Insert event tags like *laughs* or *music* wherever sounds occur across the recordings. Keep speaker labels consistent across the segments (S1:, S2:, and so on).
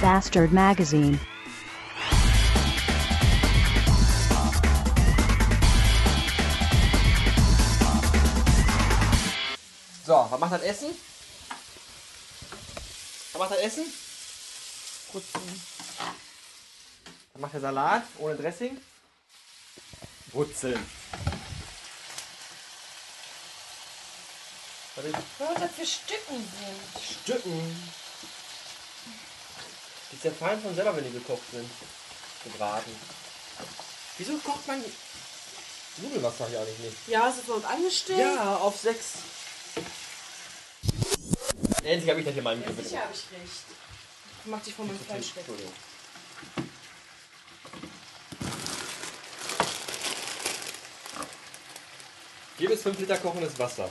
S1: Bastard Magazine.
S2: So, was macht das Essen? Was macht das Essen? Was macht der Salat ohne Dressing? Brutzeln. Was ist
S3: Was das für Stücken sind.
S2: Stücken. Die zerfallen von selber, wenn die gekocht sind. Gebraten. Wieso kocht man Nudelwasser ja nicht nicht?
S3: Ja, es ist dort angestellt.
S2: Ja, auf 6. Endlich habe ich das hier mal im
S3: Ja,
S2: Griff.
S3: sicher habe ich recht. Ich mach dich von meinem Fleisch weg.
S2: Entschuldigung. Vier bis fünf Liter kochendes Wasser.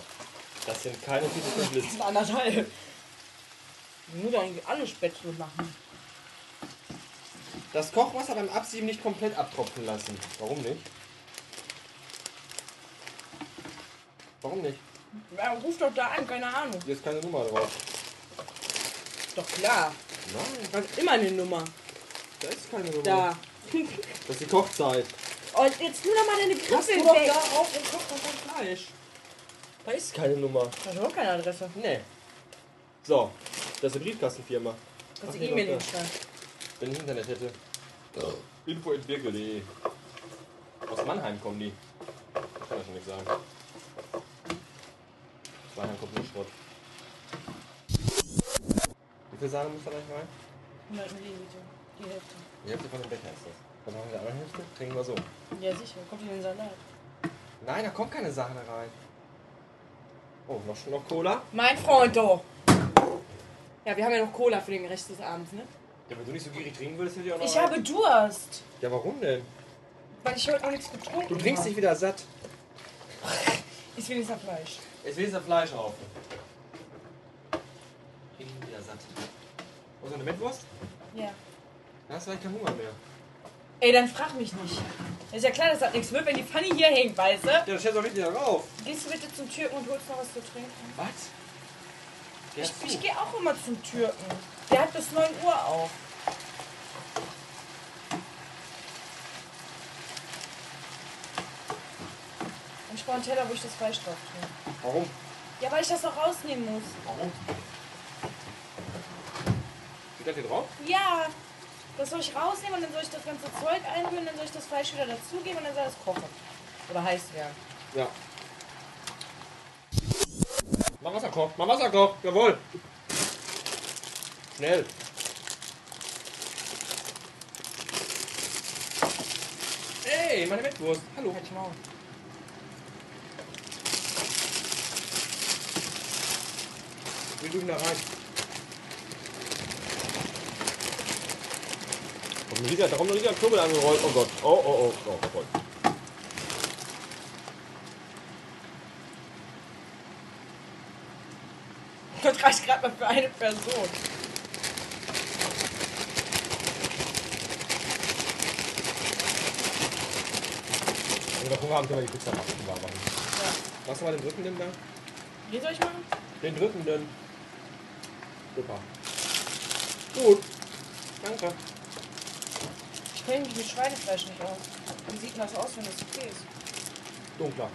S2: Das sind keine vier bis fünf Liter.
S3: Das sind anderthalb. halt. Ich muss eigentlich alle Spätzle machen.
S2: Das Kochwasser beim Absieben nicht komplett abtropfen lassen. Warum nicht? Warum nicht?
S3: Ja, ruf doch da an, keine Ahnung.
S2: Hier ist keine Nummer drauf.
S3: Ist doch klar.
S2: Nein,
S3: Da ist immer eine Nummer.
S2: da ist keine Nummer.
S3: Da. *laughs*
S2: Das ist die Kochzeit.
S3: Und jetzt tu doch mal deine Krippe
S2: doch
S3: weg.
S2: auf und koch doch dein Fleisch. Da ist keine Nummer.
S3: Da ist auch keine Adresse.
S2: Nee. So, das ist eine Briefkastenfirma.
S3: Kannst du
S2: Ach, nee,
S3: E-Mail
S2: doch, da.
S3: hinschreiben.
S2: Wenn ich Internet hätte. Info at birke.de. Aus Mannheim kommen die. Ich kann das schon nicht sagen. Aus Mannheim kommt nur Schrott. Wie viel Sahne muss da gleich rein?
S3: 100 Milliliter. Die Hälfte.
S2: Die Hälfte von dem Becher ist das. Was machen wir mit der anderen Hälfte? Trinken wir so.
S3: Ja, sicher. Kommt in den Salat.
S2: Nein, da kommt keine Sahne rein. Oh, noch, noch Cola?
S3: Mein Freund doch. Ja, wir haben ja noch Cola für den Rest des Abends, ne?
S2: Ja, wenn du nicht so gierig trinken würdest, hätte ich auch noch
S3: Ich
S2: einen.
S3: habe Durst.
S2: Ja, warum denn?
S3: Weil ich heute auch nichts getrunken
S2: Du trinkst
S3: habe.
S2: dich wieder satt.
S3: Ist wenigstens Fleisch.
S2: Jetzt wenigstens Fleisch auf. Trink dich wieder satt. Oh, so eine Mettwurst?
S3: Ja.
S2: Da hast du vielleicht keinen Hunger mehr.
S3: Ey, dann frag mich nicht. Ist ja klar, dass das nichts wird, wenn die Pfanne hier hängt, weißt du?
S2: Ja, dann stellst du auch richtig darauf.
S3: Gehst du bitte zum Türken und holst noch was zu trinken?
S2: Was?
S3: Ich,
S2: Gehst
S3: ich
S2: du?
S3: gehe auch immer zum Türken. Der hat bis 9 Uhr auf. Und ich brauche einen Teller, wo ich das Fleisch drauf tue.
S2: Warum?
S3: Ja, weil ich das noch rausnehmen muss.
S2: Warum? Steht das hier drauf?
S3: Ja, das soll ich rausnehmen und dann soll ich das ganze Zeug einrühren, dann soll ich das Fleisch wieder dazugeben und dann soll das kochen. Oder heiß werden.
S2: Ja. Mach Wasserkoch, mach Wasserkoch, jawohl. Schnell. Ey, meine Mettwurst. Hallo.
S3: Halt mal.
S2: Wir drücken da rein. Kommt ein riesiger, da kommt ein riesiger Knubbel angerollt. Oh Gott. Oh, oh, oh, oh, oh Gott.
S3: Das reicht gerade mal für eine Person.
S2: Wenn wir noch Hunger haben, können wir die Pizza machen. die warm machen. Machst du mal den Drückenden da?
S3: Wie soll ich machen?
S2: Den Drückenden. Super. Gut. Danke.
S3: Ich kenne mich mit Schweinefleisch nicht aus. Wie sieht denn das aus, wenn das okay ist?
S2: Dunkler.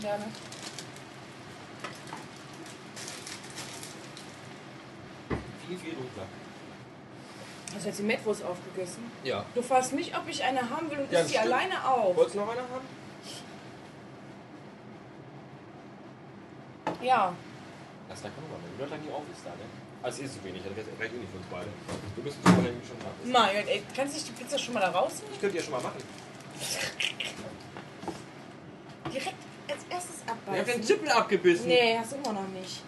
S3: Ja, ne?
S2: Viel, viel dunkler.
S3: Hast du jetzt die Mettwurst aufgegessen?
S2: Ja.
S3: Du fragst mich, ob ich eine haben will und
S2: Ja,
S3: isst
S2: das
S3: die
S2: stimmt.
S3: alleine auf.
S2: Wolltest du noch eine haben?
S3: Ja.
S2: Das da kann man mal. Die Leute die auf ist da, ne? Also ist zu wenig. Das ist gleich wenig für uns beide. Wir müssen es nämlich schon haben.
S3: Mein Gott, ey, kannst du nicht die Pizza schon mal da rausnehmen?
S2: Das könnt ihr schon mal machen.
S3: Direkt als erstes
S2: Ich hab den
S3: abbeißen.
S2: Zippel abgebissen.
S3: Nee, hast du immer noch nicht.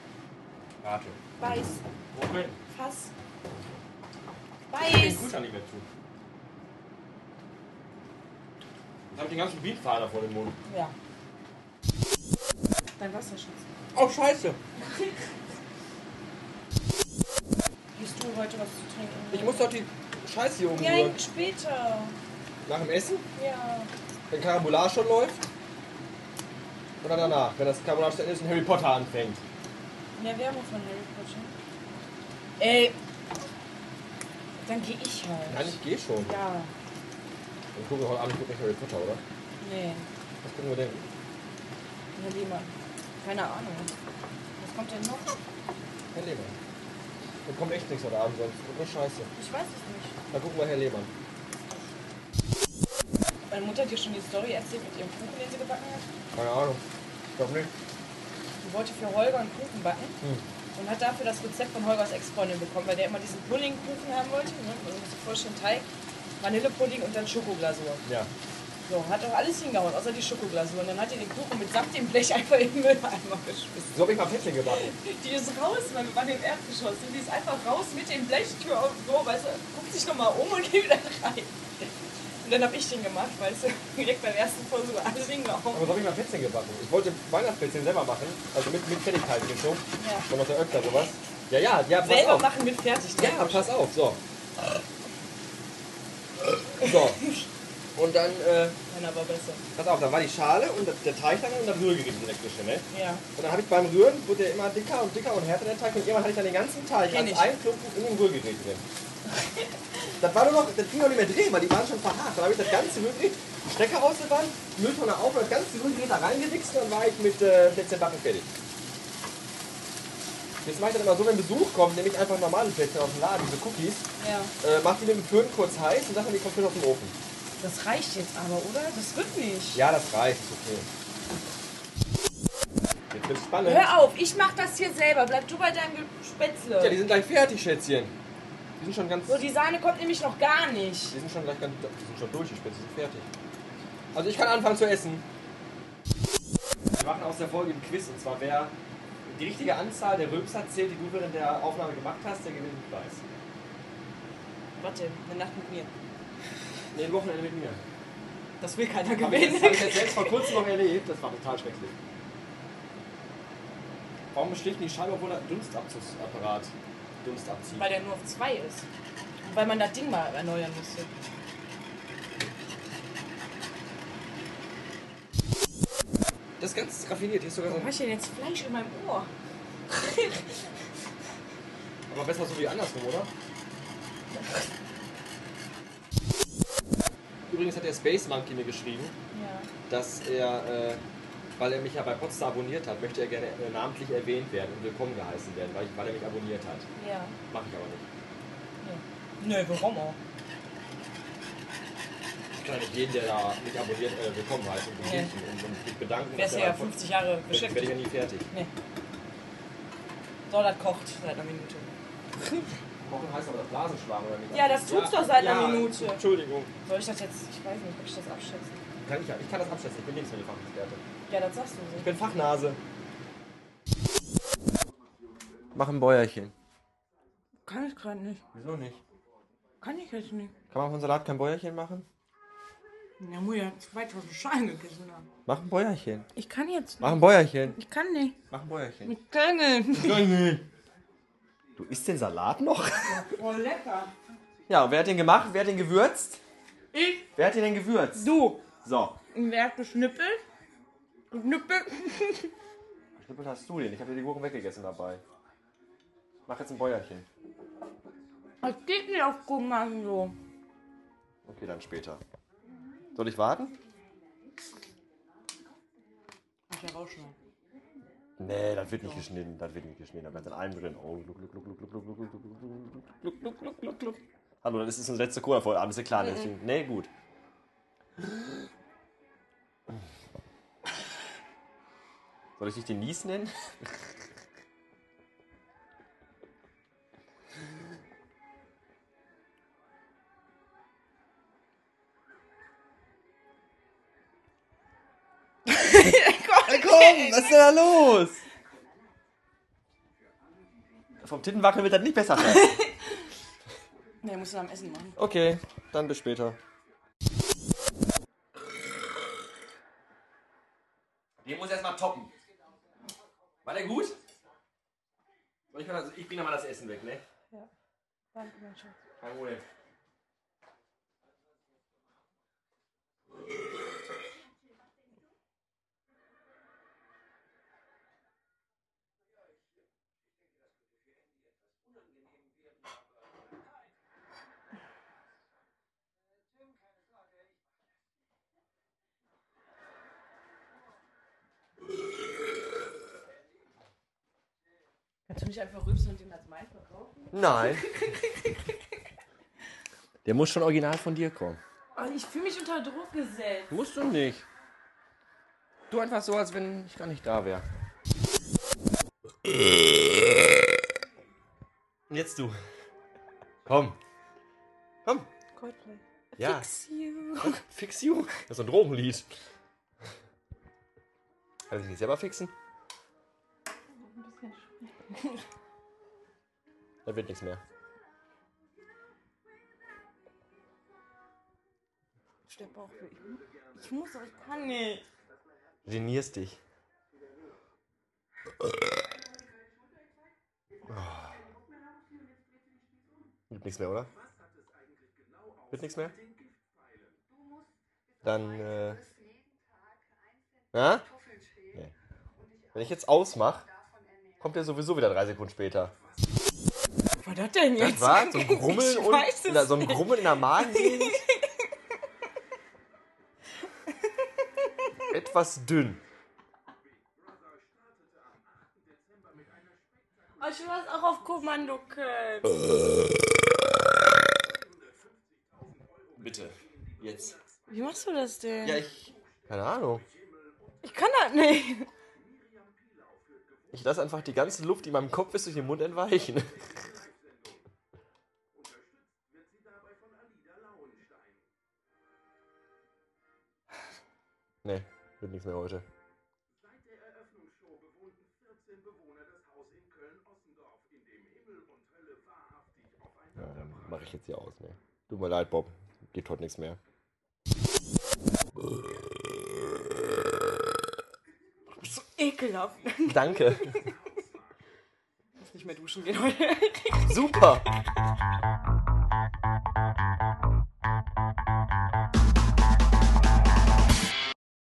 S2: Warte.
S3: Beiß.
S2: Moment.
S3: Fass.
S2: Den
S3: Beiß.
S2: Kutter nicht mehr zu. Jetzt hab ich den ganzen Beatfader vor dem Mund.
S3: Ja. Dein Wasserschutz.
S2: Oh, scheiße.
S3: Gibst du heute was zu trinken?
S2: Ich muss doch die Scheiße hier oben
S3: Ja,
S2: rühren.
S3: später.
S2: Nach dem Essen,
S3: Ja.
S2: wenn Karambolage schon läuft. Oder danach, wenn das Karambolage zu Ende ist und Harry Potter anfängt.
S3: Ja, Werbung von Harry Potter. Ey. Äh, Dann gehe ich halt.
S2: Nein, ich gehe schon.
S3: Ja,
S2: Dann gucken wir heute Abend wirklich Harry Potter, oder?
S3: nee.
S2: Was gucken wir denn?
S3: Herr Lehmann. Keine Ahnung. Was kommt denn noch?
S2: Herr Lehmann. Da kommt echt nichts heute Abend sonst. Oh, scheiße.
S3: Ich weiß es nicht.
S2: Dann gucken wir Herr Lehmann.
S3: Meine Mutter hat dir schon die Story erzählt mit ihrem Kuchen, den sie gebacken hat.
S2: Keine Ahnung. Ich glaube nicht.
S3: Sie wollte für Holger einen Kuchen backen
S2: Hm.
S3: und hat dafür das Rezept von Holgers Ex-Freundin bekommen, weil der immer diesen Puddingkuchen haben wollte. Ne? Also musst du dir vorstellen, Teig, Vanillepudding und dann Schokoglasur.
S2: Ja.
S3: So, hat auch alles hingehauen, außer die Schokoglasur. Und dann hat die den Kuchen mit Saft im Blech *laughs* einfach in den Mülleimer geschmissen.
S2: So habe ich mal Päckchen gebacken.
S3: Die ist raus, weil wir waren im Erdgeschoss. Und die ist einfach raus mit dem Blechtür auf so, weißt du, guckt sich nochmal um und geht wieder rein. Und dann hab ich den gemacht, weißt du, *laughs* direkt beim ersten Versuch alles hingehauen.
S2: Aber so habe ich mal Plätzchen gebacken. Ich wollte Weihnachtsplätzchen selber machen. Also mit, mit Fertigkeitsmischung.
S3: Ja.
S2: Von aus der Öfter sowas. Ja, ja, ja, pass
S3: Selber
S2: auf.
S3: machen mit fertig.
S2: Ja, pass auf, so. So. Und dann, äh,
S3: Nein, aber besser.
S2: pass auf, dann war die Schale und der Teig dann und dann Rührgerät direkt geschnitten.
S3: Ja.
S2: Und dann habe ich beim Rühren, wurde der immer dicker und dicker und härter der Teig. Und irgendwann hatte ich dann den ganzen Teig
S3: Kenn
S2: als
S3: ich.
S2: einen Klumpen in dem Rührgerät drin. Das war nur noch, das ging noch nicht mehr drehen, weil die waren schon verhakt. Dann habe ich das ganze Rührgerät, Stecker rausgewandt, Mülltonne auf und das ganze Rührgerät da reingedickst und dann war ich mit äh, Plätzchen backen fertig. Jetzt mache ich das immer so, wenn Besuch kommt, nehme ich einfach normale Plätzchen aus dem Laden, diese Cookies,
S3: Ja.
S2: äh, mach die mit dem Föhn kurz heiß und sag dann, die kommt schön auf den Ofen.
S3: Das reicht jetzt aber, oder? Das wird nicht.
S2: Ja, das reicht, ist okay. Jetzt wird's spannend.
S3: Hör auf, ich mach das hier selber. Bleib du bei deinem Spätzle.
S2: Ja, die sind gleich fertig, Schätzchen. Die sind schon ganz.
S3: so, die Sahne kommt nämlich noch gar nicht.
S2: Die sind schon gleich ganz. Die sind schon durch, die Spitze, die sind fertig. Also ich kann anfangen zu essen. Wir machen aus der Folge ein Quiz und zwar wer die richtige Anzahl der Rülpser zählt, die du während der Aufnahme gemacht hast, der gewinnt den Preis.
S3: Warte, eine Nacht mit mir.
S2: Nee, ein Wochenende mit mir.
S3: Das will keiner
S2: Habe ich, jetzt- hab ich jetzt
S3: gewinnen.
S2: selbst vor kurzem noch erlebt, das war total schrecklich. Warum besticht die Scheibe, obwohl da Dunstabzugsapparat Dunst abzieht?
S3: *laughs* Weil der nur auf zwei ist. Und Weil man das Ding mal erneuern musste.
S2: Das ist ganz raffiniert, hier ist sogar so
S3: Warum habe ich denn jetzt Fleisch in meinem Ohr?
S2: Aber besser so wie andersrum, oder? Übrigens hat der Space Monkey mir geschrieben,
S3: Ja.
S2: dass er, äh, weil er mich ja bei Potsdam abonniert hat, möchte er gerne äh, namentlich erwähnt werden und willkommen geheißen werden, weil, ich, weil er mich abonniert hat.
S3: Ja.
S2: Mache ich aber nicht.
S3: Nö, warum auch?
S2: Ich kann ja nicht jeden, der da mich abonniert, äh, willkommen heißen und
S3: Nee.
S2: begrüßen und, und mich bedanken.
S3: Wärst ja
S2: ja
S3: 50 Jahre
S2: Werde ich ja
S3: beschäftigt.
S2: nie fertig.
S3: Nee. So, das kocht seit einer Minute.
S2: Kochen heißt aber das Blasenschwarm, oder nicht?
S3: Ja, das tut's doch seit einer
S2: ja,
S3: Minute.
S2: Entschuldigung.
S3: Soll ich das jetzt, ich weiß nicht, ob ich das abschätzen?
S2: Kann ich, ja- ich kann das abschätzen, ich bin Lebensmittelfachexperte.
S3: Ja, das sagst du
S2: Ich
S3: so.
S2: bin Fachnase. Mach ein Bäuerchen.
S3: Kann ich gerade nicht.
S2: Wieso nicht?
S3: Kann ich jetzt nicht.
S2: Kann man vom Salat kein Bäuerchen machen?
S3: Ja, muss ja 2000 Schalen gegessen ne? haben.
S2: Mach ein Bäuerchen.
S3: Ich kann jetzt
S2: Mach ein Bäuerchen.
S3: Ich kann nicht.
S2: Mach ein Bäuerchen.
S3: Ich kann nicht.
S2: Du isst den Salat noch? *laughs*
S3: Oh, lecker.
S2: Ja, und wer hat den gemacht? Wer hat den gewürzt?
S3: Ich,
S2: Wer hat den denn gewürzt?
S3: du.
S2: So.
S3: Und wer hat geschnippelt? Geschnippelt.
S2: Schnippel hast du den. Ich habe dir die Gurken weggegessen dabei. Mach jetzt ein Bäuerchen.
S3: Das geht nicht auf Kommando. so.
S2: Okay, dann später. Soll ich warten?
S3: Ach, ja, rausschneiden.
S2: Nee, das wird nicht geschnitten. Das wird nicht geschnitten. Da bleibt an allem drin. Oh, gluck, gluck, gluck, gluck, gluck, gluck, gluck, gluck, gluck, gluck, gluck, gluck, gluck, gluck, gluck. Hallo, das ist unsere letzte Cola vor Abend, ist ja klar. Deswegen, nee, gut. Soll ich dich den Nies nennen? Komm, was ist denn da los? Vom Tittenwackeln wird das nicht besser. *laughs*
S3: Nee, musst du am Essen machen.
S2: okay, dann bis später. Den muss erstmal toppen. War der gut? Soll Ich, mal das- ich bringe mal das Essen weg, ne?
S3: Danke, mein Schatz.
S2: Kein Problem.
S3: Nicht einfach rübsen und den als Mais verkaufen.
S2: *laughs* Nein. Der muss schon original von dir kommen.
S3: Oh, ich fühle mich unter Druck gesetzt.
S2: Musst du nicht. Du einfach so, als wenn ich gar nicht da wäre. Jetzt du. Komm. Komm.
S3: Coldplay.
S2: Ja.
S3: Fix you.
S2: Fix you. Das ist ein Drogenlied. Kann er sich nicht selber fixen?
S3: Ein bisschen schwer.
S2: Da wird nichts mehr.
S3: Der Bauch will. Ich muss, aber ich kann nicht.
S2: Genierst dich.
S3: Ah.
S2: Oh. Gibt nichts mehr, oder? Wird nichts mehr? Dann, äh. Na? Nee. Wenn ich jetzt ausmache, kommt der sowieso wieder drei Sekunden später.
S3: Was war das denn jetzt?
S2: Das war so ein Grummeln
S3: *laughs* ich
S2: und
S3: weiß
S2: in
S3: es
S2: der, so ein
S3: nicht.
S2: Grummeln in der
S3: *laughs*
S2: Magengegend. Etwas dünn.
S3: Oh, ich will das auch auf Kommando können.
S2: Bitte. Jetzt.
S3: Wie machst du das denn?
S2: Ja, ich. Keine Ahnung.
S3: ich kann das nicht.
S2: Ich lasse einfach die ganze Luft, die in meinem Kopf ist, durch den Mund entweichen. *laughs* Nee, wird nichts mehr heute. Ja, dann mache ich jetzt hier aus, ne? Tut mir leid, Bob. Geht heute nichts mehr.
S3: So ekelhaft.
S2: Danke. *laughs*
S3: Ich muss nicht mehr duschen gehen heute.
S2: Super.